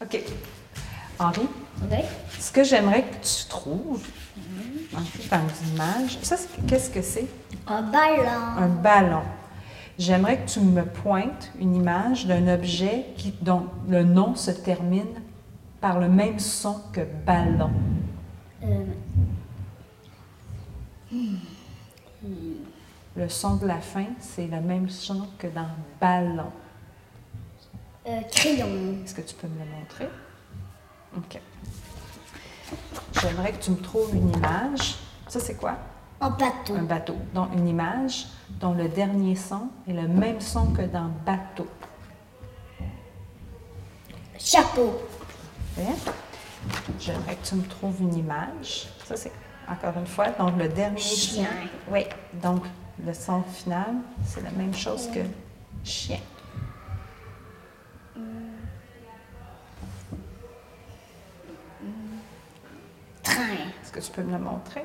OK. Henri, Oui. ce que j'aimerais que tu trouves en fait, dans l'image, ça, c'est- qu'est-ce que c'est? Un ballon. Un ballon. J'aimerais que tu me pointes une image d'un objet qui, dont le nom se termine par le même son que ballon. Euh, Le son de la fin, c'est le même son que dans ballon. euh, crayon. Est-ce que tu peux me le montrer? OK. J'aimerais que tu me trouves une image. Ça, c'est quoi? Un bateau. Un bateau. Donc, une image dont le dernier son est le même son que dans bateau. Chapeau. Hein? J'aimerais que tu me trouves une image. Ça, c'est encore une fois, donc le dernier Chien. Oui, donc le son final, c'est la même chose que chien. Train. Est-ce que tu peux me le montrer?